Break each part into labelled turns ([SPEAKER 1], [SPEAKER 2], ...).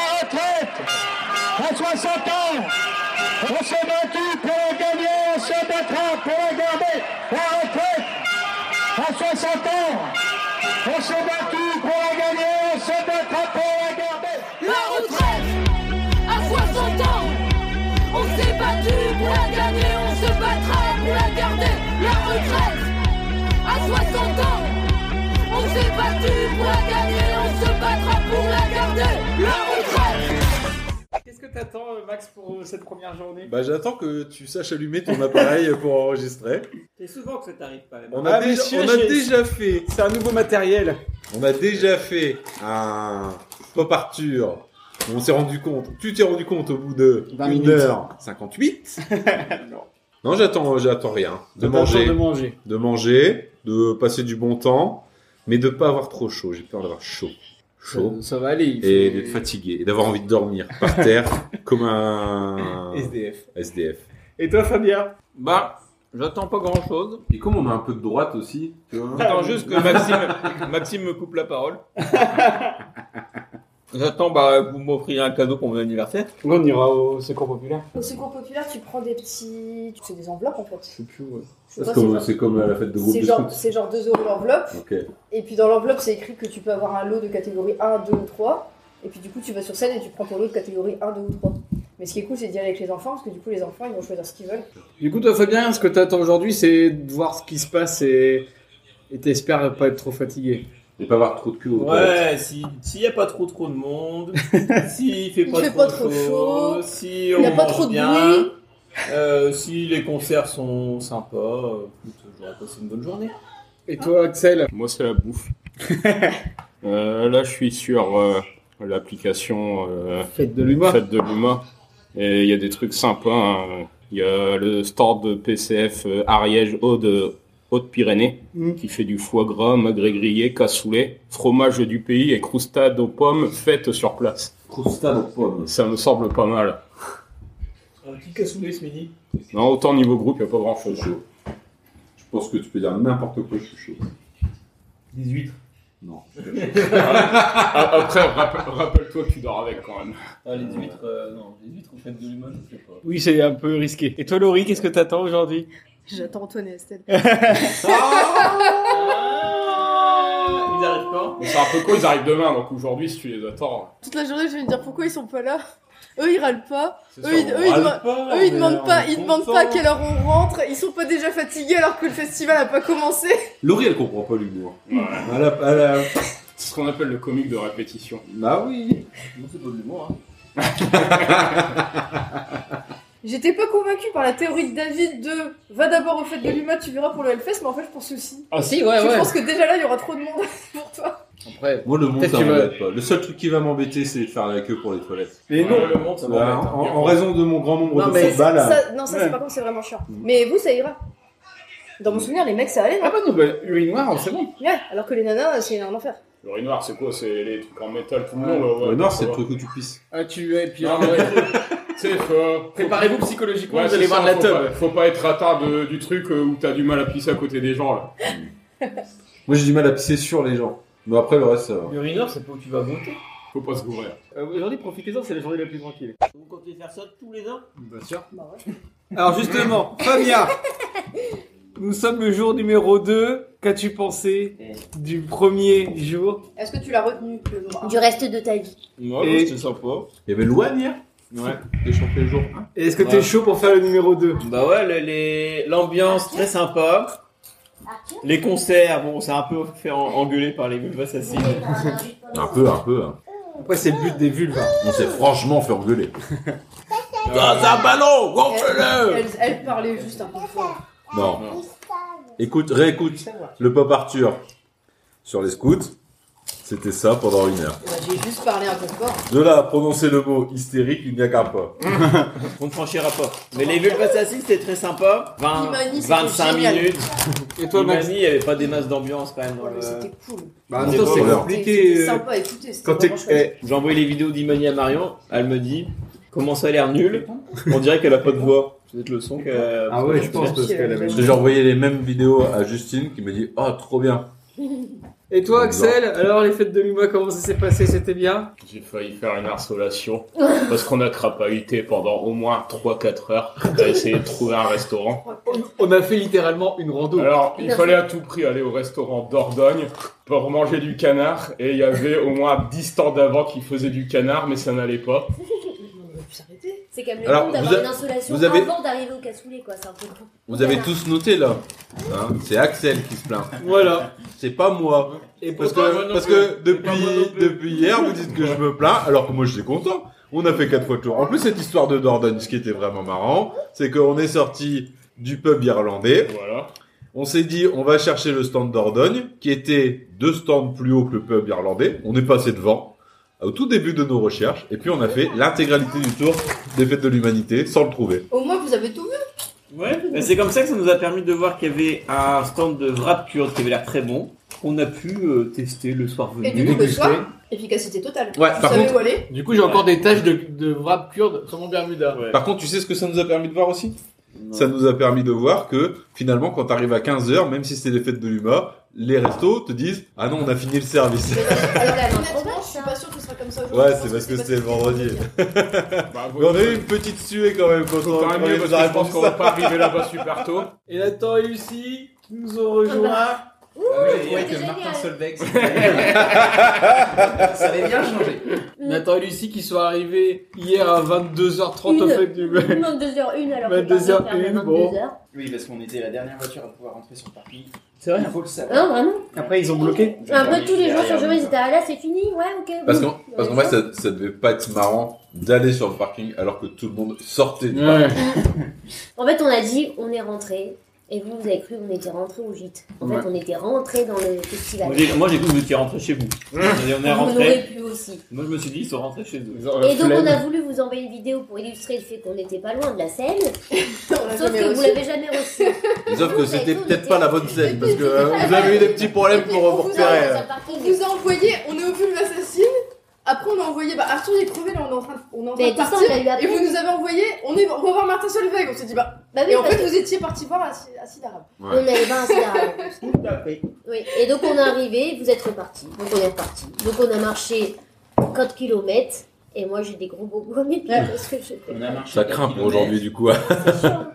[SPEAKER 1] retraite à 60 ans. On s'est battu pour la gagner, on se battra pour la garder. La retraite à 60 ans. On s'est battu pour la gagner, on se battra pour la garder.
[SPEAKER 2] La retraite à 60 ans. On s'est battu pour la gagner, on se battra pour la garder. La retraite à 60 ans. On s'est battu pour la gagner, on se battra pour la garder. La retraite.
[SPEAKER 3] Qu'est-ce que t'attends, euh, Max, pour euh, cette première journée
[SPEAKER 4] Bah j'attends que tu saches allumer ton appareil pour enregistrer.
[SPEAKER 3] C'est souvent que ça t'arrive pas.
[SPEAKER 4] On a,
[SPEAKER 5] Ah,
[SPEAKER 4] déjà,
[SPEAKER 5] messieurs,
[SPEAKER 4] on a
[SPEAKER 5] j'ai-
[SPEAKER 4] déjà fait,
[SPEAKER 5] C'est un nouveau matériel.
[SPEAKER 4] on a déjà fait un pop Arthur. On s'est rendu compte. Tu t'es rendu compte au bout de
[SPEAKER 5] 20 minutes.
[SPEAKER 4] 1h58 Non, j'attends, j'attends rien. De manger,
[SPEAKER 5] De manger.
[SPEAKER 4] de manger, de passer du bon temps, mais de pas avoir trop chaud. J'ai peur d'avoir chaud, chaud
[SPEAKER 5] Ça, ça va aller. il
[SPEAKER 4] et
[SPEAKER 5] faut-
[SPEAKER 4] d'être fatigué et d'avoir envie de dormir par terre comme un
[SPEAKER 5] SDF.
[SPEAKER 4] SDF.
[SPEAKER 5] Et toi, Fabien
[SPEAKER 6] Bah, j'attends pas grand chose.
[SPEAKER 7] Et comme on a un peu de droite aussi, tu vois.
[SPEAKER 6] J'attends juste que Maxime, Maxime me coupe la parole. J'attends, bah, vous m'offrirez un cadeau pour mon anniversaire.
[SPEAKER 5] On ira au secours populaire.
[SPEAKER 8] Au secours populaire, tu prends des petits. C'est des enveloppes en fait.
[SPEAKER 5] Je sais plus où.
[SPEAKER 8] Je sais
[SPEAKER 7] C'est
[SPEAKER 8] pas,
[SPEAKER 7] comme,
[SPEAKER 8] c'est-
[SPEAKER 7] c'est comme à la fête de groupe
[SPEAKER 8] c'est
[SPEAKER 7] de
[SPEAKER 8] genre,
[SPEAKER 7] foot.
[SPEAKER 8] c'est genre 2 euros l'enveloppe.
[SPEAKER 7] Ok.
[SPEAKER 8] Et puis dans l'enveloppe, c'est écrit que tu peux avoir un lot de catégorie 1, 2 ou 3. Et puis du coup, tu vas sur scène et tu prends ton lot de catégorie 1, 2 ou 3. Mais ce qui est cool, c'est d'y aller avec les enfants parce que du coup, les enfants, ils vont choisir ce qu'ils veulent.
[SPEAKER 5] Du coup, toi, Fabien, ce que t'attends aujourd'hui, c'est de voir ce qui se passe et et t'espères pas être trop fatigué.
[SPEAKER 7] Et pas avoir trop de cul au
[SPEAKER 6] Ouais, si- s'il n'y a pas trop trop de monde, s'il fait pas,
[SPEAKER 8] fait
[SPEAKER 6] trop,
[SPEAKER 8] pas trop
[SPEAKER 6] chaud,
[SPEAKER 8] chaud,
[SPEAKER 6] si
[SPEAKER 8] il
[SPEAKER 6] on
[SPEAKER 8] y a pas
[SPEAKER 6] mange
[SPEAKER 8] trop de
[SPEAKER 6] bien,
[SPEAKER 8] bruit.
[SPEAKER 6] euh, si les concerts sont sympas, euh, écoute, j'aurais passé une bonne journée.
[SPEAKER 5] Et toi,
[SPEAKER 3] Ah.
[SPEAKER 5] Axel
[SPEAKER 9] Moi, c'est la bouffe. Euh, là, je suis sur euh, l'application euh,
[SPEAKER 5] Fête de l'humain.
[SPEAKER 9] Fête de l'Humain. Et il y a des trucs sympas. hein. Il y a le store de PCF euh, Ariège Haute- Haute-Pyrénées
[SPEAKER 5] Mm.
[SPEAKER 9] qui fait du foie gras, magret grillé, cassoulet, fromage du pays et croustade aux pommes faites sur place.
[SPEAKER 7] Croustade aux pommes.
[SPEAKER 9] Ça me semble pas mal.
[SPEAKER 6] Un petit cassoulet ce midi.
[SPEAKER 9] Non, autant niveau groupe, il n'y a pas grand chose.
[SPEAKER 7] Je pense que tu peux dire n'importe quoi, je suis chaud.
[SPEAKER 6] 18.
[SPEAKER 7] Non.
[SPEAKER 9] Après, rappel- rappelle-toi que tu dors avec quand même.
[SPEAKER 6] Ah, les 18, euh, non, les 18 au fait de l'humain, je sais pas.
[SPEAKER 5] Oui, c'est un peu risqué. Et toi, Laurie, qu'est-ce que t'attends aujourd'hui
[SPEAKER 8] J'attends Antoine et Estelle.
[SPEAKER 6] Ils arrivent quand
[SPEAKER 9] Mais c'est un peu quoi, ils arrivent demain, donc aujourd'hui, si tu les attends.
[SPEAKER 8] Toute la journée, je vais me dire pourquoi ils sont pas là. Eux, ils râlent pas. Eux, ils,
[SPEAKER 6] Ah,
[SPEAKER 8] demandent.
[SPEAKER 6] pas,
[SPEAKER 8] ils demandent pas,
[SPEAKER 6] ils
[SPEAKER 8] ils
[SPEAKER 6] demandent
[SPEAKER 8] demandent
[SPEAKER 6] content. pas
[SPEAKER 8] pas
[SPEAKER 6] à quelle
[SPEAKER 8] quelle heure on rentre, ils sont pas déjà fatigués alors que le festival a pas commencé.
[SPEAKER 7] Laurie, elle comprend pas l'humour.
[SPEAKER 4] À la- à la-
[SPEAKER 9] C'est ce qu'on appelle le comique de répétition.
[SPEAKER 7] Bah oui.
[SPEAKER 6] Non, c'est pas de l'humour, hein.
[SPEAKER 8] J'étais pas convaincue par la théorie de David de va d'abord au fait de l'humain, tu verras pour le Hellfest, mais en fait je pense que si.
[SPEAKER 5] Ah si, ouais,
[SPEAKER 8] je
[SPEAKER 5] ouais.
[SPEAKER 8] pense que déjà là il y aura trop de monde pour toi.
[SPEAKER 5] Après.
[SPEAKER 7] Moi, le monde,
[SPEAKER 5] Peut-être
[SPEAKER 7] ça
[SPEAKER 5] tu vas-
[SPEAKER 7] m'embête pas. Le seul truc qui va m'embêter, c'est de faire la queue pour les toilettes.
[SPEAKER 5] Mais non.
[SPEAKER 3] Euh,
[SPEAKER 6] Ouais, le monde, ça
[SPEAKER 4] Bah,
[SPEAKER 6] m'embête, hein.
[SPEAKER 4] en, en raison de mon grand nombre
[SPEAKER 5] Non,
[SPEAKER 4] de
[SPEAKER 5] mais-
[SPEAKER 4] faux balles,
[SPEAKER 8] Ça- non, ça
[SPEAKER 5] Ouais. Mm.
[SPEAKER 8] c'est par contre c'est vraiment chiant. Mais vous ça ira. Dans mon souvenir, les mecs ça allait,
[SPEAKER 5] Ah
[SPEAKER 8] non
[SPEAKER 5] bah non, bah, urinoir, c'est bon.
[SPEAKER 8] Ouais, alors que les nanas c'est un enfer.
[SPEAKER 9] Le Renoir, c'est quoi C'est les trucs en métal tout le
[SPEAKER 5] Ouais.
[SPEAKER 9] long là, ouais,
[SPEAKER 7] Le noir, c'est le
[SPEAKER 9] faut
[SPEAKER 7] truc où tu pisses.
[SPEAKER 5] Ah, tu et puis.
[SPEAKER 9] voir. Non, mais- C'est fort.
[SPEAKER 5] Préparez-vous psychologiquement,
[SPEAKER 9] Ouais,
[SPEAKER 5] vous
[SPEAKER 9] c'est
[SPEAKER 5] allez
[SPEAKER 9] ça,
[SPEAKER 5] voir de la
[SPEAKER 9] faut
[SPEAKER 5] teub.
[SPEAKER 9] pas- Faut pas être attard de- du truc euh, où t'as du mal à pisser à côté des gens là.
[SPEAKER 4] moi j'ai du mal à pisser sur les gens. Mais après le reste, ça va.
[SPEAKER 6] L'urineur, c'est pas où tu vas monter.
[SPEAKER 9] Faut pas se gourer.
[SPEAKER 5] Euh, aujourd'hui, profitez-en, c'est la journée la plus tranquille.
[SPEAKER 6] Vous comptez faire ça tous les ans
[SPEAKER 5] Bien sûr.
[SPEAKER 8] Bah ouais.
[SPEAKER 5] Alors justement, Fabien, nous sommes le jour numéro 2. Qu'as-tu pensé du premier jour
[SPEAKER 8] Est-ce que tu l'as retenu le jour un
[SPEAKER 10] du reste de ta vie.
[SPEAKER 6] Moi,
[SPEAKER 5] Et-
[SPEAKER 6] c'était sympa.
[SPEAKER 4] Il y avait Louane hier
[SPEAKER 6] Ouais.
[SPEAKER 4] T'es champion le jour 1.
[SPEAKER 5] Et Est-ce que t'es
[SPEAKER 6] Ouais.
[SPEAKER 5] chaud pour faire le numéro 2
[SPEAKER 6] Bah ouais, le- les- l'ambiance très sympa. Les concerts, bon, c'est un peu fait en- engueuler par les vulves assassines.
[SPEAKER 4] Un peu, un peu. hein.
[SPEAKER 5] Après, c'est le but des vulves. hein.
[SPEAKER 4] On s'est franchement fait engueuler.
[SPEAKER 6] Dans un ballon,
[SPEAKER 5] Oh
[SPEAKER 6] gonfle-le
[SPEAKER 8] elle, elle parlait juste un peu fort.
[SPEAKER 4] Non. Écoute, réécoute le pop Arthur sur les scouts. C'était ça pendant une heure.
[SPEAKER 8] Bah, J'ai juste parlé un peu fort.
[SPEAKER 4] De là à prononcer le mot hystérique, il n'y a qu'un pas.
[SPEAKER 6] On ne franchira pas. Mais les vulves assassines, c'était très sympa. 20,
[SPEAKER 8] Imani, c'était
[SPEAKER 6] 25
[SPEAKER 8] génial.
[SPEAKER 6] minutes.
[SPEAKER 5] Et toi, Max
[SPEAKER 6] Imani, il n'y avait pas des masses d'ambiance quand même. dans
[SPEAKER 8] Ouais, mais
[SPEAKER 6] le-
[SPEAKER 8] C'était cool.
[SPEAKER 5] Bah,
[SPEAKER 4] en même
[SPEAKER 5] attends,
[SPEAKER 4] temps,
[SPEAKER 5] c'est
[SPEAKER 4] c'est
[SPEAKER 8] C'était
[SPEAKER 5] compliqué. euh,
[SPEAKER 8] sympa à écouter. c'était
[SPEAKER 5] Quand t'es...
[SPEAKER 8] vraiment chouette.
[SPEAKER 6] J'ai envoyé les vidéos d'Imani à Marion, elle me dit comment ça a l'air nul, on dirait qu'elle a pas de voix. C'est peut-être le son que.
[SPEAKER 5] Ah ouais, je pense
[SPEAKER 8] parce
[SPEAKER 5] parce
[SPEAKER 8] qu'elle
[SPEAKER 5] qu'elle
[SPEAKER 8] avait-
[SPEAKER 5] avait...
[SPEAKER 4] J'ai déjà envoyé les mêmes vidéos à Justine qui me dit Oh, trop bien.
[SPEAKER 5] Eh, Et toi, Axel, alors les fêtes de l'humain, comment ça s'est passé C'était bien
[SPEAKER 9] J'ai failli faire une insolation parce qu'on a crapahuté pendant au moins 3-4 heures à essayer de trouver un restaurant.
[SPEAKER 5] On a fait littéralement une rando.
[SPEAKER 9] Alors, il fallait à tout prix aller au restaurant Dordogne pour manger du canard et il y avait au moins 10 stands d'avant qui faisaient du canard, mais ça n'allait pas.
[SPEAKER 11] C'est quand même le
[SPEAKER 4] Alors,
[SPEAKER 11] monde
[SPEAKER 4] vous
[SPEAKER 11] d'avoir
[SPEAKER 4] a-
[SPEAKER 11] une insolation
[SPEAKER 4] vous avez-
[SPEAKER 11] avant d'arriver au cassoulet, quoi. C'est un peu con.
[SPEAKER 4] Vous avez tous noté là. Hein, c'est Axel qui se plaint.
[SPEAKER 5] Voilà.
[SPEAKER 4] C'est pas moi.
[SPEAKER 5] Et
[SPEAKER 4] Parce
[SPEAKER 5] pourtant-
[SPEAKER 4] que, parce que depuis, depuis hier, vous dites que je me plains, alors que moi j'étais content. On a fait quatre fois le tour. En plus, cette histoire de Dordogne, ce qui était vraiment marrant, c'est qu'on est sorti du pub irlandais.
[SPEAKER 9] Voilà.
[SPEAKER 4] On s'est dit, on va chercher le stand Dordogne, qui était deux stands plus haut que le pub irlandais. On est passé devant, au tout début de nos recherches, et puis on a fait l'intégralité du tour des fêtes de l'humanité sans le trouver.
[SPEAKER 8] Au moins, vous avez tout vu.
[SPEAKER 6] Ouais, mais c'est comme ça que ça nous a permis de voir qu'il y avait un stand de wrap kurde qui avait l'air très bon. On a pu euh, tester le soir venu.
[SPEAKER 8] Et du coup, le
[SPEAKER 6] déguster.
[SPEAKER 8] soir, efficacité totale.
[SPEAKER 4] Ouais,
[SPEAKER 8] vous
[SPEAKER 4] par
[SPEAKER 8] savez
[SPEAKER 4] contre-
[SPEAKER 8] où aller
[SPEAKER 5] Du coup, j'ai encore des taches de, de wrap kurde sur mon Bermuda.
[SPEAKER 6] Ouais.
[SPEAKER 4] Par contre, tu sais ce que ça nous a permis de voir aussi
[SPEAKER 6] Non.
[SPEAKER 4] Ça nous a permis de voir que finalement, quand t'arrives à 15h, même si c'est les fêtes de l'UMA, les restos te disent Ah non, on a fini le service.
[SPEAKER 8] Alors,
[SPEAKER 11] la
[SPEAKER 8] honnêtement,
[SPEAKER 11] province,
[SPEAKER 8] je suis
[SPEAKER 11] hein.
[SPEAKER 8] pas sûre que ce sera comme ça aujourd'hui.
[SPEAKER 4] Ouais,
[SPEAKER 8] Je pense
[SPEAKER 4] c'est parce que
[SPEAKER 8] pas
[SPEAKER 4] c'était le
[SPEAKER 8] ce qu'ils
[SPEAKER 4] vendredi.
[SPEAKER 8] vont dire.
[SPEAKER 9] Bah,
[SPEAKER 4] Mais on a eu une petite suée quand même quand on
[SPEAKER 9] quand
[SPEAKER 4] a
[SPEAKER 9] même mieux parce que je pense qu'on va pas arriver là-bas super tôt.
[SPEAKER 5] Et Nathan et Lucie qui nous ont rejoints. Ah
[SPEAKER 11] Ouh,
[SPEAKER 2] Ouais,
[SPEAKER 11] c'est
[SPEAKER 2] que Martin
[SPEAKER 11] génial.
[SPEAKER 2] Solveig. ça avait bien changé.
[SPEAKER 5] Nathan et Lucie qui sont arrivés hier à 22h30 au
[SPEAKER 11] Une.
[SPEAKER 5] fait du.
[SPEAKER 11] 22h01 alors que
[SPEAKER 5] 22h01,
[SPEAKER 11] Paris ferme à
[SPEAKER 5] bon.
[SPEAKER 11] 22h.
[SPEAKER 2] Oui, parce qu'on était la dernière voiture à pouvoir rentrer sur le parking.
[SPEAKER 6] C'est vrai
[SPEAKER 2] Il faut le savoir.
[SPEAKER 11] Non, vraiment.
[SPEAKER 2] Après, ils ont bloqué.
[SPEAKER 11] Un peu tous les jours sur le jeu, ils étaient à là, c'est fini, ouais, ok.
[SPEAKER 4] Parce
[SPEAKER 11] bon.
[SPEAKER 4] qu'en parce qu'en vrai, ça, ça devait pas être marrant d'aller sur le parking alors que tout le monde sortait du
[SPEAKER 5] Ouais.
[SPEAKER 11] En fait, on a dit, on est rentré. Et vous, vous avez cru qu'on était rentré au gîte. En
[SPEAKER 5] Ouais.
[SPEAKER 11] fait, on était rentré dans le festival.
[SPEAKER 6] Moi, j'ai- Moi j'ai cru que vous étiez rentrés chez vous. Et on est
[SPEAKER 11] On
[SPEAKER 6] rentrés.
[SPEAKER 11] aurait pu aussi.
[SPEAKER 6] Moi je me suis dit ils sont rentrés chez eux.
[SPEAKER 11] Et donc, on a voulu vous envoyer une vidéo pour illustrer le fait qu'on n'était pas loin de la scène,
[SPEAKER 8] On l'a
[SPEAKER 11] sauf
[SPEAKER 8] jamais
[SPEAKER 11] que vous
[SPEAKER 8] reçu.
[SPEAKER 11] l'avez jamais reçu.
[SPEAKER 4] parc. Sauf que c'était
[SPEAKER 11] Vous avez
[SPEAKER 4] peut-être
[SPEAKER 11] tout
[SPEAKER 4] pas
[SPEAKER 11] noté.
[SPEAKER 4] la bonne scène parce que euh, vous avez eu des petits problèmes pour
[SPEAKER 8] Vous
[SPEAKER 4] vous
[SPEAKER 8] avez-
[SPEAKER 4] repérer.
[SPEAKER 11] Sur le
[SPEAKER 8] On
[SPEAKER 11] parking.
[SPEAKER 8] vous a envoyé, on est au pull l'assassine. Après, on a envoyé, bah Arthur il est crevé, là on est en train de, on est en train
[SPEAKER 11] Mais
[SPEAKER 8] de
[SPEAKER 11] tout ça,
[SPEAKER 8] partir.
[SPEAKER 11] on l'a eu après.
[SPEAKER 8] Et vous nous avez envoyé, on, est, on va voir Martin Solveig. On s'est dit, bah.
[SPEAKER 11] Bah oui,
[SPEAKER 8] et en
[SPEAKER 11] parce
[SPEAKER 8] fait, vous étiez parti voir Acide Acide Arabe.
[SPEAKER 11] qu'on n'avait pas un scénario. Oui, et donc on est arrivé, vous êtes reparti. Donc on est reparti. Donc on a marché 4 km et moi j'ai des gros bobos à mes pieds parce que je
[SPEAKER 2] On a marché
[SPEAKER 4] Ça
[SPEAKER 2] quatre
[SPEAKER 4] craint pour
[SPEAKER 2] kilomètres.
[SPEAKER 4] aujourd'hui du
[SPEAKER 9] hein.
[SPEAKER 4] coup.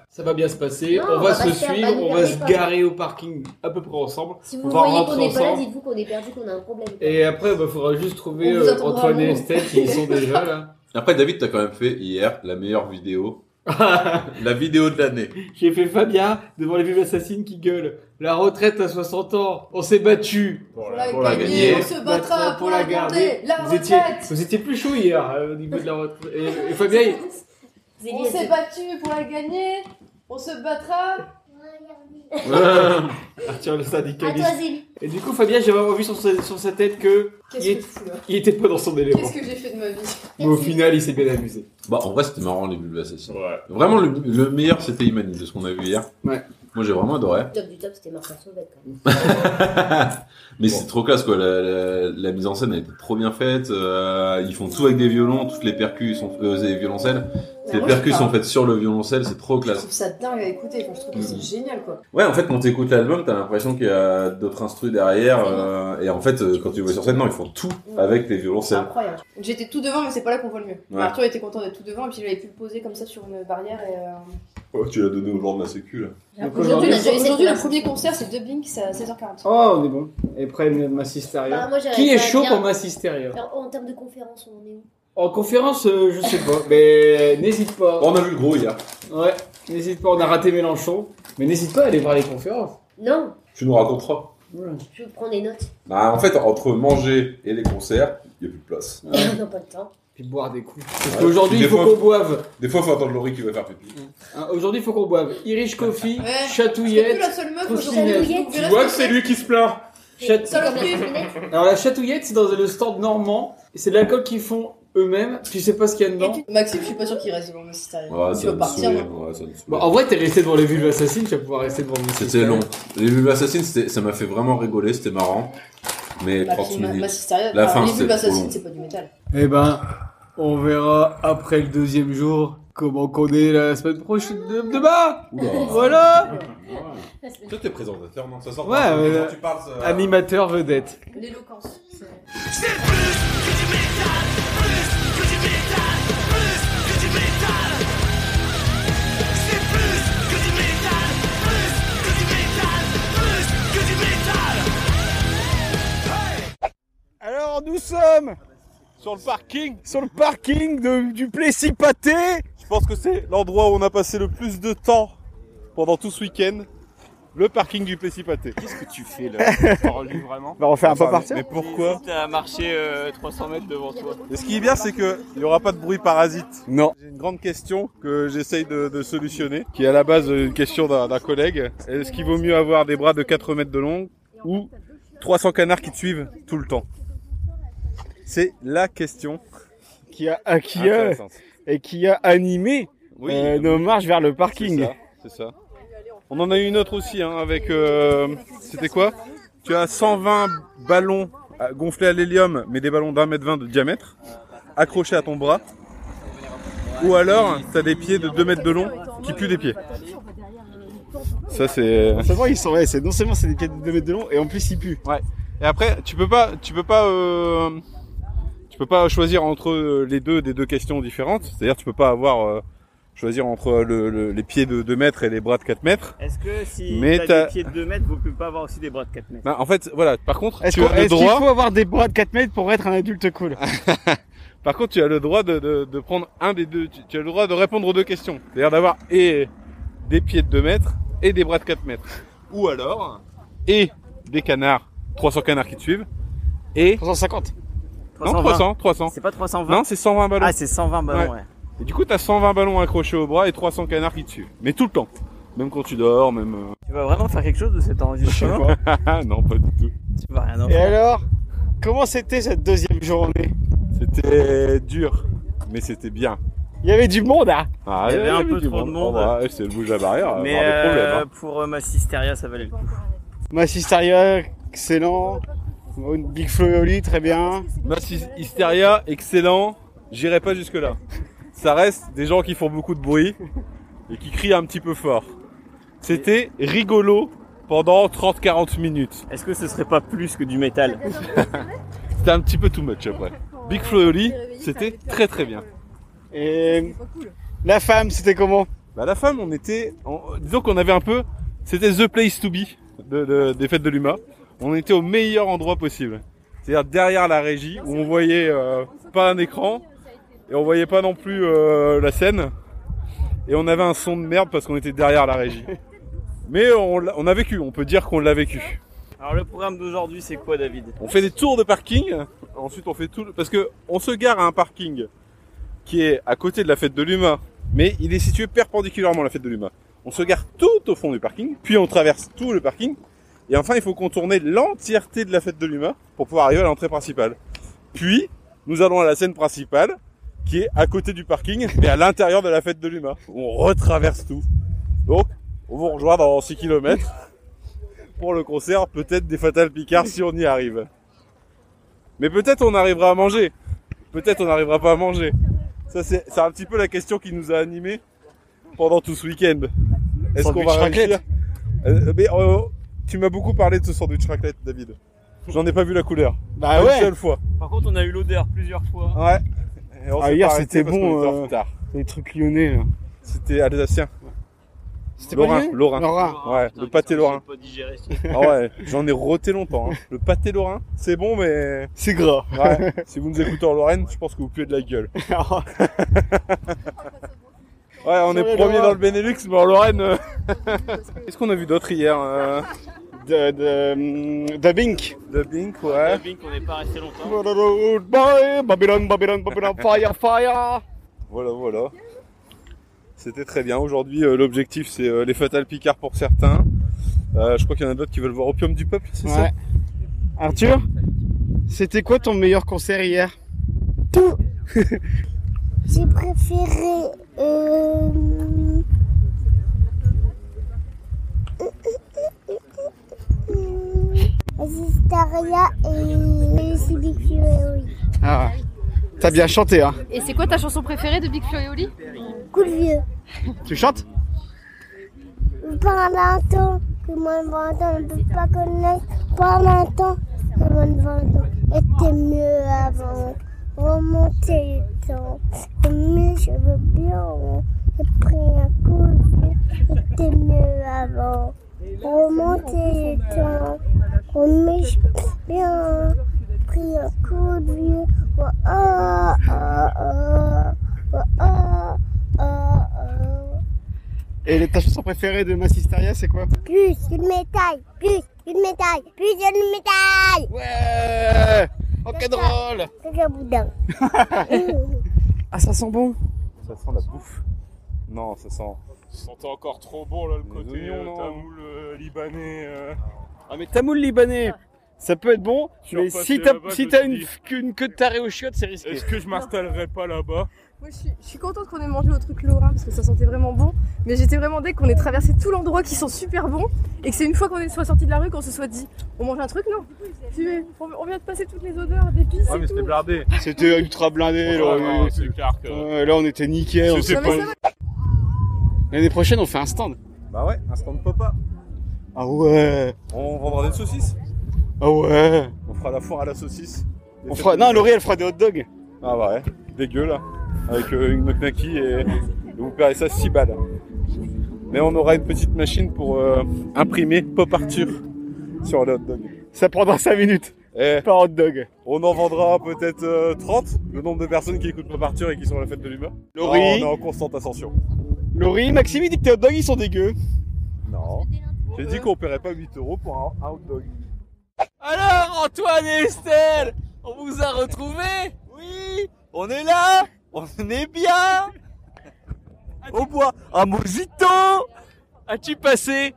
[SPEAKER 5] Ça va bien se passer.
[SPEAKER 11] Non,
[SPEAKER 5] on
[SPEAKER 11] on
[SPEAKER 5] va
[SPEAKER 11] va
[SPEAKER 5] se
[SPEAKER 11] pas se faire
[SPEAKER 5] suivre,
[SPEAKER 11] bannir,
[SPEAKER 5] on va
[SPEAKER 11] mais
[SPEAKER 5] se
[SPEAKER 11] pas.
[SPEAKER 5] garer au parking à peu près ensemble.
[SPEAKER 11] Si vous
[SPEAKER 5] On va
[SPEAKER 11] voyez
[SPEAKER 5] rentrer
[SPEAKER 11] qu'on n'est pas là,
[SPEAKER 5] ensemble.
[SPEAKER 11] dites-vous qu'on est perdu, qu'on a un problème.
[SPEAKER 5] Et après, il faudra juste trouver
[SPEAKER 8] On vous
[SPEAKER 5] euh,
[SPEAKER 8] attendra
[SPEAKER 5] Antoine
[SPEAKER 8] à
[SPEAKER 5] et
[SPEAKER 8] Londres.
[SPEAKER 5] Estelle qui y sont déjà là.
[SPEAKER 4] Après, David, t'as quand même fait hier la meilleure vidéo. la vidéo de l'année.
[SPEAKER 5] J'ai fait Fabien devant les vieux assassines qui gueulent. La retraite à 60 ans, on s'est battu.
[SPEAKER 8] On l'a
[SPEAKER 4] la
[SPEAKER 8] gagné,
[SPEAKER 4] gagner.
[SPEAKER 8] on se battra pour la garder. La
[SPEAKER 5] vous, étiez,
[SPEAKER 8] retraite
[SPEAKER 5] vous étiez plus chaud hier euh, au niveau de la retraite. Et, et Fabien, il-
[SPEAKER 11] Vous avez
[SPEAKER 8] On
[SPEAKER 11] dit,
[SPEAKER 8] s'est battu pour la gagner. On se battra.
[SPEAKER 5] Arthur Ah, le
[SPEAKER 11] À
[SPEAKER 5] syndicaliste.
[SPEAKER 11] toi, Zélie.
[SPEAKER 5] Et du coup, Fabien, j'avais vraiment vu sur sa, sur sa tête que
[SPEAKER 8] Qu'est-ce
[SPEAKER 5] il,
[SPEAKER 8] que je fous là
[SPEAKER 5] il était pas dans son élément.
[SPEAKER 8] Qu'est-ce que j'ai fait de ma vie
[SPEAKER 5] Mais au final, il s'est bien amusé.
[SPEAKER 4] Bah, en vrai, c'était marrant les bulles assassines.
[SPEAKER 9] Ouais.
[SPEAKER 4] Vraiment, le, le meilleur, c'était Imani de ce qu'on a vu hier.
[SPEAKER 5] Ouais.
[SPEAKER 4] Moi, j'ai vraiment adoré.
[SPEAKER 11] Top du top, c'était Martin Sauvet quand même.
[SPEAKER 4] Mais c'est trop classe quoi, la, la- la mise en scène a été trop bien faite, euh, ils font tout avec des violons, toutes les percus sont euh, les violoncelles,
[SPEAKER 8] Bah,
[SPEAKER 4] les
[SPEAKER 8] moi, je
[SPEAKER 4] percus
[SPEAKER 8] sais
[SPEAKER 4] sont
[SPEAKER 8] pas.
[SPEAKER 4] faites sur le violoncelle, c'est trop
[SPEAKER 8] Je
[SPEAKER 4] classe.
[SPEAKER 8] trouve ça dingue à écouter. Enfin, je trouve que c'est génial quoi.
[SPEAKER 4] Ouais, en fait quand t'écoutes l'album, t'as l'impression qu'il y a d'autres instrus derrière euh, et en fait euh, quand tu vois sur scène, non, ils font tout avec les
[SPEAKER 8] C'est
[SPEAKER 4] violoncelles.
[SPEAKER 8] incroyable. J'étais tout devant, mais c'est pas là qu'on voit le mieux.
[SPEAKER 4] Ouais.
[SPEAKER 8] Arthur était content d'être tout devant, et puis il avait pu le poser comme ça sur une barrière. Et, euh,
[SPEAKER 4] Oh, tu l'as donné au genre de la sécu là.
[SPEAKER 5] Donc
[SPEAKER 8] Aujourd'hui,
[SPEAKER 5] aujourd'hui,
[SPEAKER 11] on a déjà eu cette
[SPEAKER 8] aujourd'hui, le
[SPEAKER 11] place.
[SPEAKER 8] premier concert, c'est Dubbing, c'est à 16h40.
[SPEAKER 5] Oh, on est bon. Et après, ma
[SPEAKER 11] Bah,
[SPEAKER 8] Ah,
[SPEAKER 5] sisteria.
[SPEAKER 11] moi, j'arrive
[SPEAKER 5] Qui est
[SPEAKER 11] pas à
[SPEAKER 5] chaud
[SPEAKER 11] dire.
[SPEAKER 5] pour ma sisteria
[SPEAKER 11] Alors, En termes de conférence, on en est où
[SPEAKER 5] En conférence, euh, je sais pas, mais n'hésite pas.
[SPEAKER 4] On a vu le gros hier,
[SPEAKER 5] Ouais, n'hésite pas, on a raté Mélenchon, mais n'hésite pas à aller voir les conférences.
[SPEAKER 11] Non,
[SPEAKER 4] tu nous raconteras.
[SPEAKER 11] je prends des notes.
[SPEAKER 4] Bah, en fait entre manger et les concerts, il y a plus de place.
[SPEAKER 11] On n'a pas le temps.
[SPEAKER 5] Puis boire des coups. Parce
[SPEAKER 4] Ouais,
[SPEAKER 5] qu'aujourd'hui,
[SPEAKER 4] des
[SPEAKER 5] il faut
[SPEAKER 4] fois-
[SPEAKER 5] qu'on boive.
[SPEAKER 4] Des fois faut attendre Laurie qui va faire pipi.
[SPEAKER 5] Hein, Aujourd'hui, il faut qu'on boive. Irish Coffee,
[SPEAKER 8] Ouais. C'est plus
[SPEAKER 5] chatouillette.
[SPEAKER 8] la seule meuf
[SPEAKER 5] Cochinelle.
[SPEAKER 8] aujourd'hui.
[SPEAKER 11] Tu
[SPEAKER 9] Tu vois que c'est lui qui se plaint.
[SPEAKER 5] chat-
[SPEAKER 11] C'est comme la
[SPEAKER 8] Saloperie.
[SPEAKER 11] fenêtre.
[SPEAKER 5] Alors, la chatouillette, c'est dans le stand normand. et C'est de l'alcool qu'ils font eux-mêmes. Tu sais pas ce qu'il y a dedans.
[SPEAKER 8] Maxime, je suis pas sûr qu'il reste devant le Sister.
[SPEAKER 4] Ouais,
[SPEAKER 8] il
[SPEAKER 4] ça
[SPEAKER 8] peut
[SPEAKER 4] me
[SPEAKER 8] partir.
[SPEAKER 4] saoulait,
[SPEAKER 8] hein.
[SPEAKER 4] ouais, ça me saoulait.
[SPEAKER 12] Bah,
[SPEAKER 5] Bon, en vrai, t'es resté devant les vulves assassines, tu vas pouvoir rester devant le
[SPEAKER 4] C'était long. Les Vulves Assassines, c'était- ça m'a fait vraiment rigoler, c'était marrant. Mais
[SPEAKER 8] Bah,
[SPEAKER 4] 30
[SPEAKER 8] puis, ma, ma
[SPEAKER 4] minutes.
[SPEAKER 8] Sister,
[SPEAKER 4] La
[SPEAKER 8] enfin,
[SPEAKER 4] fin,
[SPEAKER 8] les
[SPEAKER 4] c'est
[SPEAKER 8] Vulves
[SPEAKER 4] trop long.
[SPEAKER 5] ben,
[SPEAKER 8] Assassines, c'est pas du métal.
[SPEAKER 5] Eh ben, on verra après le deuxième jour Comment qu'on est la semaine prochaine de, de bas Voilà
[SPEAKER 12] Toi, t'es présentateur, non Ça sort
[SPEAKER 5] Ouais,
[SPEAKER 12] pas.
[SPEAKER 5] euh,
[SPEAKER 12] Quand tu parles, ça-
[SPEAKER 5] animateur vedette.
[SPEAKER 8] L'éloquence.
[SPEAKER 4] Alors nous sommes sur le parking, sur le parking de- du Plessis Pâté. Je pense que c'est l'endroit où on a passé le plus de temps pendant tout ce week-end. Le parking du Plessis Pâté. Qu'est-ce que tu fais
[SPEAKER 6] là
[SPEAKER 4] vraiment bah, On fait un pas partir. Mais pourquoi
[SPEAKER 6] T'as marché euh, 300 mètres devant toi.
[SPEAKER 4] et ce qui est bien, c'est qu'il n'y aura pas de bruit parasite. Non. J'ai une grande question que j'essaye de, de solutionner, qui est à la base une question d'un d'un collègue. Est-ce qu'il vaut mieux avoir des bras de 4 mètres de long ou 300 canards qui te suivent tout le temps C'est la question
[SPEAKER 13] qui a, à- qui a-
[SPEAKER 6] Ah,
[SPEAKER 4] Intéressante.
[SPEAKER 13] et qui a animé
[SPEAKER 4] Oui,
[SPEAKER 13] euh, nos marches vers le parking.
[SPEAKER 4] C'est ça. On en a eu une autre aussi, hein, avec. euh, C'était quoi Tu as 120 ballons à- gonflés à l'hélium, mais des ballons d'un mètre vingt de diamètre, accrochés à ton bras. Ou alors, tu as des pieds de 2 mètres de long qui puent des pieds.
[SPEAKER 13] Ça c'est. Seulement ils sont, ouais, c'est non seulement c'est des pieds de 2 mètres de long et en plus ils puent.
[SPEAKER 4] Ouais. Et après, tu peux pas, tu peux pas, euh, tu peux pas choisir entre euh, les deux des deux questions différentes. C'est-à-dire, tu peux pas avoir euh, choisir entre le- le- les pieds de 2 mètres et les bras de 4 mètres.
[SPEAKER 6] Est-ce que si
[SPEAKER 4] Mais
[SPEAKER 6] t'as
[SPEAKER 4] t'as-
[SPEAKER 6] des pieds de 2 mètres, vous pouvez pas avoir aussi des bras de 4 mètres
[SPEAKER 4] Bah, en fait, voilà. Par contre,
[SPEAKER 13] Est-ce
[SPEAKER 4] tu
[SPEAKER 13] qu'on-
[SPEAKER 4] as le
[SPEAKER 13] est-ce qu'il
[SPEAKER 4] droit.
[SPEAKER 13] faut avoir des bras de 4 mètres pour être un adulte cool
[SPEAKER 6] Ah,
[SPEAKER 4] Par contre, tu as le droit de, de, de prendre un des deux. Tu, tu as le droit de répondre aux deux questions. C'est-à-dire d'avoir et des pieds de 2 mètres et des bras de 4 mètres. Ou alors, et des canards, 300 canards qui te suivent. Et 350. Non, 300,
[SPEAKER 6] 320.
[SPEAKER 4] 300.
[SPEAKER 6] C'est pas 320
[SPEAKER 4] Non, c'est 120 ballons.
[SPEAKER 6] Ah, c'est 120 ballons, ouais.
[SPEAKER 4] Et du coup, t'as 120 ballons accrochés au bras et 300 canards qui te suivent. Mais tout le temps. Même quand tu dors, même. euh,
[SPEAKER 6] Tu vas vraiment faire quelque chose de cet enregistrement
[SPEAKER 4] non, pas du tout.
[SPEAKER 6] Tu vas rien en
[SPEAKER 13] Et
[SPEAKER 6] faire.
[SPEAKER 13] alors, comment c'était cette deuxième journée
[SPEAKER 4] C'était dur, mais c'était bien.
[SPEAKER 13] Il y avait du monde, hein
[SPEAKER 4] Ah,
[SPEAKER 6] Il y avait un peu
[SPEAKER 4] du
[SPEAKER 6] trop de monde.
[SPEAKER 4] Ah bah, c'est le bouge à barrière.
[SPEAKER 6] Mais
[SPEAKER 4] avoir des problèmes,
[SPEAKER 6] euh,
[SPEAKER 4] hein.
[SPEAKER 6] pour euh, ma Sisteria, ça valait le coup.
[SPEAKER 13] Massisteria, excellent. Big Flo et Oli, très bien.
[SPEAKER 4] Massis hein. Hysteria, excellent. J'irai pas jusque-là. Ça reste des gens qui font beaucoup de bruit et qui crient un petit peu fort. C'était rigolo pendant 30-40 minutes. Est-ce que ce serait pas plus que du métal C'était un petit peu too much après. Big Flo et Oli, c'était très très bien.
[SPEAKER 13] Et la femme, c'était comment
[SPEAKER 4] Bah la femme, on était, on- disons qu'on avait un peu, c'était the place to be de- de- des fêtes de l'UMA. On était au meilleur endroit possible, c'est-à-dire derrière la régie où on voyait euh, pas un écran et on voyait pas non plus euh, la scène et on avait un son de merde parce qu'on était derrière la régie. Mais on, l'a- on a vécu, on peut dire qu'on l'a vécu.
[SPEAKER 6] Alors le programme d'aujourd'hui, c'est quoi, David
[SPEAKER 4] On fait des tours de parking. Ensuite, on fait tout le- parce que on se gare à un parking qui est à côté de la fête de l'humain, mais il est situé perpendiculairement à la fête de l'humain. On se gare tout au fond du parking, puis on traverse tout le parking, et enfin il faut contourner l'entièreté de la fête de l'humain pour pouvoir arriver à l'entrée principale. Puis nous allons à la scène principale qui est à côté du parking, mais à l'intérieur de la fête de l'humain. On retraverse tout. Donc on vous rejoint dans 6 km pour le concert, peut-être des Fatal Picard si on y arrive. Mais peut-être on arrivera à manger. Peut-être on n'arrivera pas à manger. Ça c'est c'est un petit peu la question qui nous a animés pendant tout ce week-end. Est-ce qu'on
[SPEAKER 13] Sandwich
[SPEAKER 4] va
[SPEAKER 13] raclette.
[SPEAKER 4] réussir Euh, Mais euh, tu m'as beaucoup parlé de ce sandwich raclette, David. J'en ai pas vu la couleur.
[SPEAKER 13] Bah
[SPEAKER 4] Pas
[SPEAKER 13] ouais.
[SPEAKER 4] Une seule fois.
[SPEAKER 6] Par contre, on a eu l'odeur plusieurs fois.
[SPEAKER 4] Ouais. Et on
[SPEAKER 13] Ah,
[SPEAKER 4] s'est
[SPEAKER 13] hier
[SPEAKER 4] pas arrêté
[SPEAKER 13] c'était
[SPEAKER 4] parce qu'on
[SPEAKER 13] bon.
[SPEAKER 4] était en
[SPEAKER 13] euh,
[SPEAKER 4] retard.
[SPEAKER 13] les trucs lyonnais. hein. Là.
[SPEAKER 4] C'était alsacien.
[SPEAKER 13] C'était pas
[SPEAKER 4] Lorrain,
[SPEAKER 13] lyonnais
[SPEAKER 4] Lorrain.
[SPEAKER 13] Lorrain.
[SPEAKER 4] Ouais, le pâté Lorrain.
[SPEAKER 6] Pas digéré.
[SPEAKER 4] Ah ouais, j'en ai roté longtemps. hein. Le pâté Lorrain, c'est bon, mais.
[SPEAKER 13] C'est gras.
[SPEAKER 4] Ouais, si vous nous écoutez en Lorraine, je pense que vous puez de la gueule. ouais,
[SPEAKER 13] Ah,
[SPEAKER 4] on est
[SPEAKER 13] Sur les
[SPEAKER 4] premier
[SPEAKER 13] Lorrains.
[SPEAKER 4] dans le Benelux, mais en Lorraine. euh, Qu'est-ce qu'on a vu d'autre hier euh,
[SPEAKER 13] De, de, de Bink.
[SPEAKER 4] De Bink, ouais.
[SPEAKER 6] Bing, on n'est pas resté longtemps.
[SPEAKER 13] Old boy, Babylon, Babylon, Babylon, fire, fire.
[SPEAKER 4] Voilà, voilà. C'était très bien. Aujourd'hui, euh, l'objectif, c'est euh, les Fatal Picard pour certains. Euh, je crois qu'il y en a d'autres qui veulent voir Opium du Peuple, c'est ça
[SPEAKER 13] Ouais. Arthur, c'était quoi ton meilleur concert hier Tout.
[SPEAKER 14] J'ai préféré. euh, Azistaria et Civic Fury.
[SPEAKER 13] Ah, t'as bien chanté, hein
[SPEAKER 15] Et c'est quoi ta chanson préférée de Big Flo et Oli
[SPEAKER 11] Cool vieux.
[SPEAKER 5] Tu chantes
[SPEAKER 11] Parle un temps que mon ventre ne peut pas connaître. Parle un temps que mon ventre était mieux avant. Remonter le temps. Remuer, je veux bien. J'ai pris un coup de vieux, c'était mieux avant. Remonter le temps. Remuer, je veux bien. J'ai pris un coup de vieux. Oh, oh, oh, oh, oh, oh, oh.
[SPEAKER 5] Et ta chanson préférée de Massisteria, c'est quoi
[SPEAKER 11] Plus une médaille, plus une médaille, plus une médaille.
[SPEAKER 5] Ouais Oh, que drôle
[SPEAKER 11] Caca boudin.
[SPEAKER 5] Ah, ça sent bon Ça sent la bouffe. Non, ça sent.
[SPEAKER 1] T'entends encore trop bon là le côté euh, tamoul euh, libanais. euh.
[SPEAKER 5] Ah, mais tamoul libanais Ça peut être bon,
[SPEAKER 1] Je suis
[SPEAKER 5] mais
[SPEAKER 1] repassé
[SPEAKER 5] si t'as
[SPEAKER 1] là-bas, Ah, bah, je
[SPEAKER 5] si
[SPEAKER 1] me
[SPEAKER 5] t'as
[SPEAKER 1] suis
[SPEAKER 5] une,
[SPEAKER 1] dit-
[SPEAKER 5] une queue de taré aux chiottes, c'est risqué.
[SPEAKER 1] Est-ce que je m'installerai pas là-bas
[SPEAKER 8] Moi, je suis, je suis contente qu'on ait mangé au truc lorrain parce que ça sentait vraiment bon. Mais j'étais vraiment dès qu'on ait traversé tout l'endroit qui sent super bon et que c'est une fois qu'on est- soit sorti de la rue qu'on se soit dit on mange un truc non Puis, on, on vient de passer toutes les odeurs d'épices
[SPEAKER 5] Ah,
[SPEAKER 8] et tout.
[SPEAKER 5] blindé. C'était ultra blindé, là.
[SPEAKER 1] Ouais,
[SPEAKER 5] on-
[SPEAKER 1] ouais, c'est clair que-
[SPEAKER 5] Ouais, là, on était nickel. on
[SPEAKER 1] C'était
[SPEAKER 5] s'est
[SPEAKER 1] pas-
[SPEAKER 5] pas- L'année prochaine, on fait un stand.
[SPEAKER 4] Bah ouais, un stand pop-up.
[SPEAKER 5] Ah ouais
[SPEAKER 4] On vendra des saucisses.
[SPEAKER 5] Ah ouais
[SPEAKER 4] On fera la foire à la saucisse.
[SPEAKER 5] On fera... Non, Laurie, elle fera des hot dogs.
[SPEAKER 4] Ah bah ouais, dégueu là. Avec euh, une gnocchi et vous paierez ça 6 balles. Mais on aura une petite machine pour euh, imprimer Pop Arthur sur le hot dog.
[SPEAKER 5] Ça prendra 5 minutes.
[SPEAKER 4] Par
[SPEAKER 5] hot dog.
[SPEAKER 4] Eh. On en vendra peut-être euh, 30, le nombre de personnes qui écoutent Pop Arthur et qui sont à la fête de l'humeur.
[SPEAKER 5] Laurie.
[SPEAKER 4] Non, on est en constante ascension.
[SPEAKER 5] Laurie, Maxime, il dit que tes hot dogs, ils sont dégueux.
[SPEAKER 4] Non. J'ai dit qu'on paierait pas 8 euros pour un, un hot dog.
[SPEAKER 6] Alors, Antoine et Estelle, on vous a retrouvés Oui On est là On est bien Au bois Un mojito As-tu passé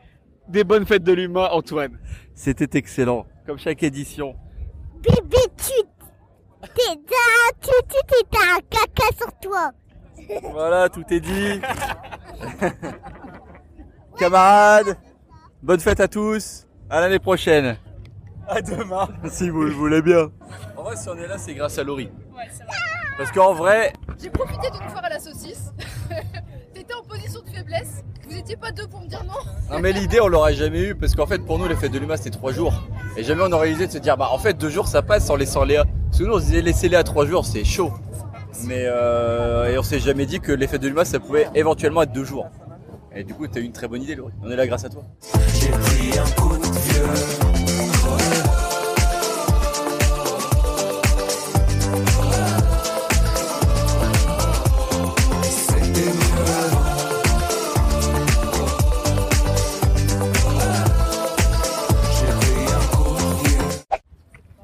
[SPEAKER 6] des bonnes fêtes de l'humain, Antoine C'était excellent, comme chaque édition.
[SPEAKER 11] Bébé, tu. T'es un. Tu, tu, tu, t'as un caca sur toi.
[SPEAKER 6] Voilà, tout est dit. Camarades, bonne fête à tous. À l'année prochaine. À demain. Si vous le voulez bien. En vrai, si on est là, c'est grâce à Laurie.
[SPEAKER 8] Ouais, c'est vrai.
[SPEAKER 6] Parce qu'en vrai,
[SPEAKER 8] J'ai profité d'une foire à la saucisse. T'étais en position de faiblesse. Vous étiez pas deux pour me dire non.
[SPEAKER 6] Non mais l'idée on l'aurait jamais eu parce qu'en fait pour nous les fêtes de Luma c'était trois jours et jamais on aurait réalisé de se dire bah en fait deux jours ça passe en laissant Léa. Parce que nous on se disait laisser Léa trois jours c'est chaud. Mais euh, et on s'est jamais dit que les fêtes de Luma ça pouvait éventuellement être deux jours. Et du coup t'as eu une très bonne idée Laurie. On est là grâce à toi.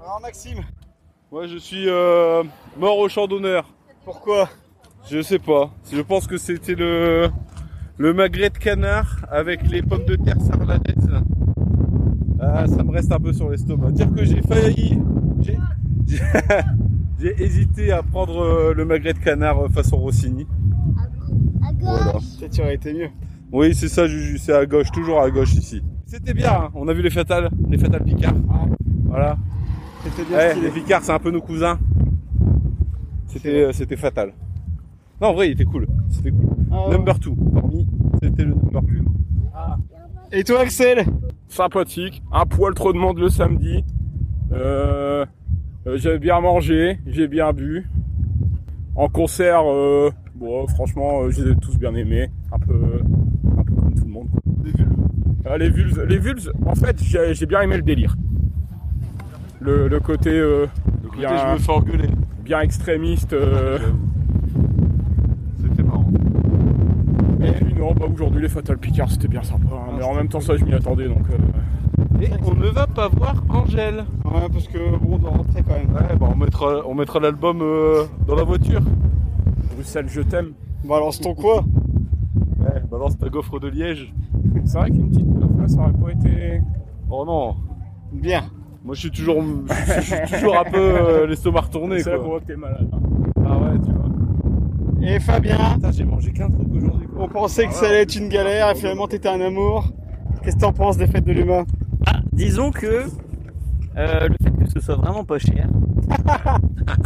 [SPEAKER 5] Alors, Maxime,
[SPEAKER 4] Moi, je suis euh, mort au champ d'honneur. Pourquoi Je sais pas. Je pense que c'était le le magret de canard avec les pommes de terre sarlanettes. Ah, ça me reste un peu sur l'estomac. Dire que j'ai failli, j'ai- j'ai j'ai hésité à prendre euh, le magret de canard euh, façon Rossini. Voilà.
[SPEAKER 5] peut-être ça aurait été mieux.
[SPEAKER 4] Oui, c'est ça, Juju. C'est à gauche, toujours à gauche ici. C'était bien. hein. On a vu les fatales, les fatales Picard. Voilà.
[SPEAKER 5] C'était bien
[SPEAKER 4] Ouais,
[SPEAKER 5] stylé.
[SPEAKER 4] les Picards, c'est un peu nos cousins. C'était, euh, c'était fatal. Non, en vrai, il était cool. C'était cool. Number 2. Parmi, c'était le number 2.
[SPEAKER 5] Et toi, Axel
[SPEAKER 1] Sympathique, un poil trop de monde le samedi. Euh, euh, j'ai bien mangé, j'ai bien bu. En concert, euh, bon, franchement, euh, je les ai tous bien aimés. Un peu, un peu comme tout le monde. Ah, Les Vulves. les Vulves, en fait, j'ai j'ai bien aimé le délire. Le, le côté. euh, bien,
[SPEAKER 4] je me fais engueuler.
[SPEAKER 1] Bien extrémiste. euh, Et puis non, bah aujourd'hui les Fatal Picard c'était bien sympa, hein, mais en même temps ça je m'y attendais donc.
[SPEAKER 4] Et on ne va pas voir Angèle.
[SPEAKER 5] Ouais, parce que bon, on doit rentrer quand même.
[SPEAKER 4] Ouais, bah, on mettra, on mettra l'album euh, dans la voiture.
[SPEAKER 1] Bruxelles, je t'aime.
[SPEAKER 5] Balance ton quoi
[SPEAKER 4] Ouais, balance ta gaufre de Liège.
[SPEAKER 1] C'est vrai qu'une petite gaufre là ça aurait pas été.
[SPEAKER 4] Oh non.
[SPEAKER 5] Bien.
[SPEAKER 4] Moi je suis toujours, je suis toujours un peu euh, l'estomac retourné.
[SPEAKER 1] C'est là
[SPEAKER 4] quoi.
[SPEAKER 1] qu'on voit que t'es malade.
[SPEAKER 4] Ah ouais, tu vois.
[SPEAKER 5] Et Fabien
[SPEAKER 4] j'ai mangé qu'un truc aujourd'hui.
[SPEAKER 5] On pensait
[SPEAKER 6] Ah,
[SPEAKER 5] que ça allait être une galère et finalement t'étais un amour. Qu'est-ce que t'en penses des fêtes de l'humain
[SPEAKER 6] Disons que euh, le fait que ce soit vraiment pas cher,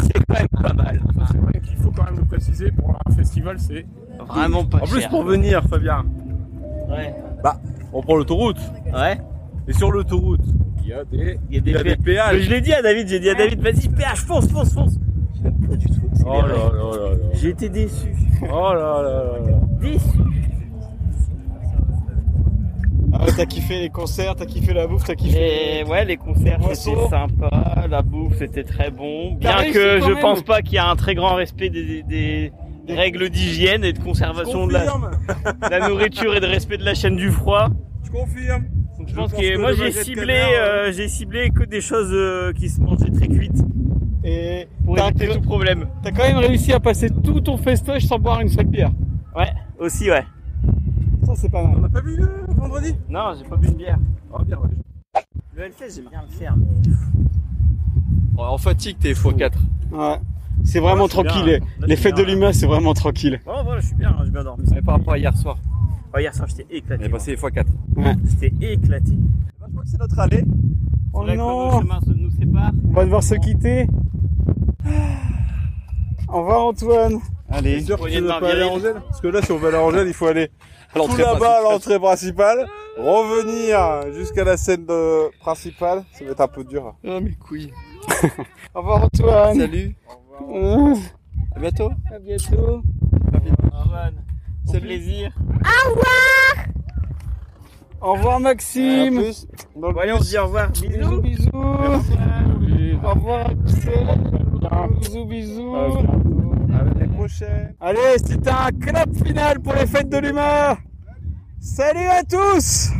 [SPEAKER 6] c'est quand même pas mal.
[SPEAKER 4] Ah,
[SPEAKER 1] C'est vrai qu'il faut quand même le préciser pour un festival c'est
[SPEAKER 6] Vraiment pas
[SPEAKER 4] En plus,
[SPEAKER 6] cher.
[SPEAKER 4] pour venir, Fabien.
[SPEAKER 6] Ouais.
[SPEAKER 4] Bah, on prend l'autoroute.
[SPEAKER 6] Ouais.
[SPEAKER 4] Et sur l'autoroute,
[SPEAKER 6] Il y a des,
[SPEAKER 4] il y a des
[SPEAKER 6] péages.
[SPEAKER 4] péages.
[SPEAKER 6] Mais je l'ai dit à David, j'ai dit à David, vas-y, péage, fonce, fonce, fonce. Je l'aime pas du tout.
[SPEAKER 4] Oh là là là là.
[SPEAKER 6] J'ai été déçu.
[SPEAKER 4] Oh là là là là.
[SPEAKER 6] Déçu.
[SPEAKER 5] Ah ouais, t'as kiffé les concerts, t'as kiffé la bouffe, t'as kiffé.
[SPEAKER 6] Et ouais, les concerts c'était
[SPEAKER 5] Boisson.
[SPEAKER 6] sympa, la bouffe c'était très bon.
[SPEAKER 5] T'as
[SPEAKER 6] Bien
[SPEAKER 5] réussi
[SPEAKER 6] que
[SPEAKER 5] quand
[SPEAKER 6] je
[SPEAKER 5] même.
[SPEAKER 6] pense pas qu'il y a un très grand respect des, des- des règles d'hygiène et de conservation de la, de la nourriture et de respect de la chaîne du froid.
[SPEAKER 4] Je confirme.
[SPEAKER 6] Je pense que moi j'ai ciblé, euh, j'ai ciblé que des choses euh, qui se mangeaient très cuites.
[SPEAKER 1] Et
[SPEAKER 6] pour
[SPEAKER 1] t'as
[SPEAKER 6] éviter
[SPEAKER 1] intérêt-
[SPEAKER 6] tout problème.
[SPEAKER 1] T'as quand même réussi à passer tout ton festoche sans boire une seule bière.
[SPEAKER 6] Ouais, aussi ouais.
[SPEAKER 1] Ça c'est pas mal.
[SPEAKER 4] On a pas vu le vendredi
[SPEAKER 6] Non, j'ai pas bu de bière.
[SPEAKER 4] Oh, bien, ouais.
[SPEAKER 6] Le Hellfest j'aime bien le faire, mais
[SPEAKER 1] En fatigue, t'es x4.
[SPEAKER 5] Ouais. C'est vraiment
[SPEAKER 6] Ouais, c'est
[SPEAKER 5] tranquille.
[SPEAKER 6] bien.
[SPEAKER 5] les-
[SPEAKER 6] Là,
[SPEAKER 5] les
[SPEAKER 6] c'est
[SPEAKER 5] fêtes de
[SPEAKER 6] bien. hein.
[SPEAKER 5] Lima, c'est vraiment tranquille.
[SPEAKER 6] bon, voilà, je suis bien, hein, j'ai bien dormi.
[SPEAKER 1] Mais par rapport à hier soir.
[SPEAKER 6] Oh, hier soir j'étais éclaté.
[SPEAKER 1] On est passé x4.
[SPEAKER 6] J'étais éclaté.
[SPEAKER 5] Je crois que c'est notre allée. Oh
[SPEAKER 6] Là que nos
[SPEAKER 5] non
[SPEAKER 6] chemins se- nous séparent.
[SPEAKER 5] On va devoir se quitter. Ah. Au revoir Antoine.
[SPEAKER 4] Allez, sûr que
[SPEAKER 6] Poignée
[SPEAKER 4] tu
[SPEAKER 6] de
[SPEAKER 4] veux pas aller à
[SPEAKER 6] marguerite.
[SPEAKER 4] Angèle Parce que là, si on va aller à Angèle, il faut aller tout
[SPEAKER 5] l'entrée
[SPEAKER 4] là-bas à l'entrée principale, revenir jusqu'à la scène de- principale. Ça va être un peu dur. hein.
[SPEAKER 5] Oh mes couilles. Au revoir Antoine.
[SPEAKER 4] Salut.
[SPEAKER 5] À bientôt.
[SPEAKER 1] À bientôt.
[SPEAKER 6] C'est plaisir.
[SPEAKER 1] Au revoir. Au revoir Maxime.
[SPEAKER 6] Voyons, on se dit au revoir. Bisous.
[SPEAKER 1] Bisous. Au revoir Axel. Bisous bisous.
[SPEAKER 4] À l'année prochaine.
[SPEAKER 1] Allez, c'était un clap final pour les fêtes de l'humeur. Salut à tous.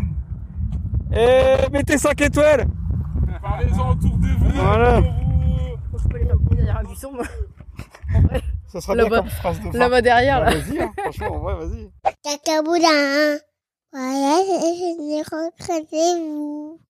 [SPEAKER 1] Et mettez 5 étoiles.
[SPEAKER 4] Parlez-en autour de vous.
[SPEAKER 1] Voilà.
[SPEAKER 8] Je peux aller dans le derrière un buisson, moi. En vrai.
[SPEAKER 5] Ça sera
[SPEAKER 8] Là-bas.
[SPEAKER 5] bien comme phrase de fin.
[SPEAKER 8] Là-bas derrière, là.
[SPEAKER 5] Bah, Vas-y, hein, franchement, en vrai, vas-y.
[SPEAKER 16] Cacaboudin. Voilà, je, je, je, je, vous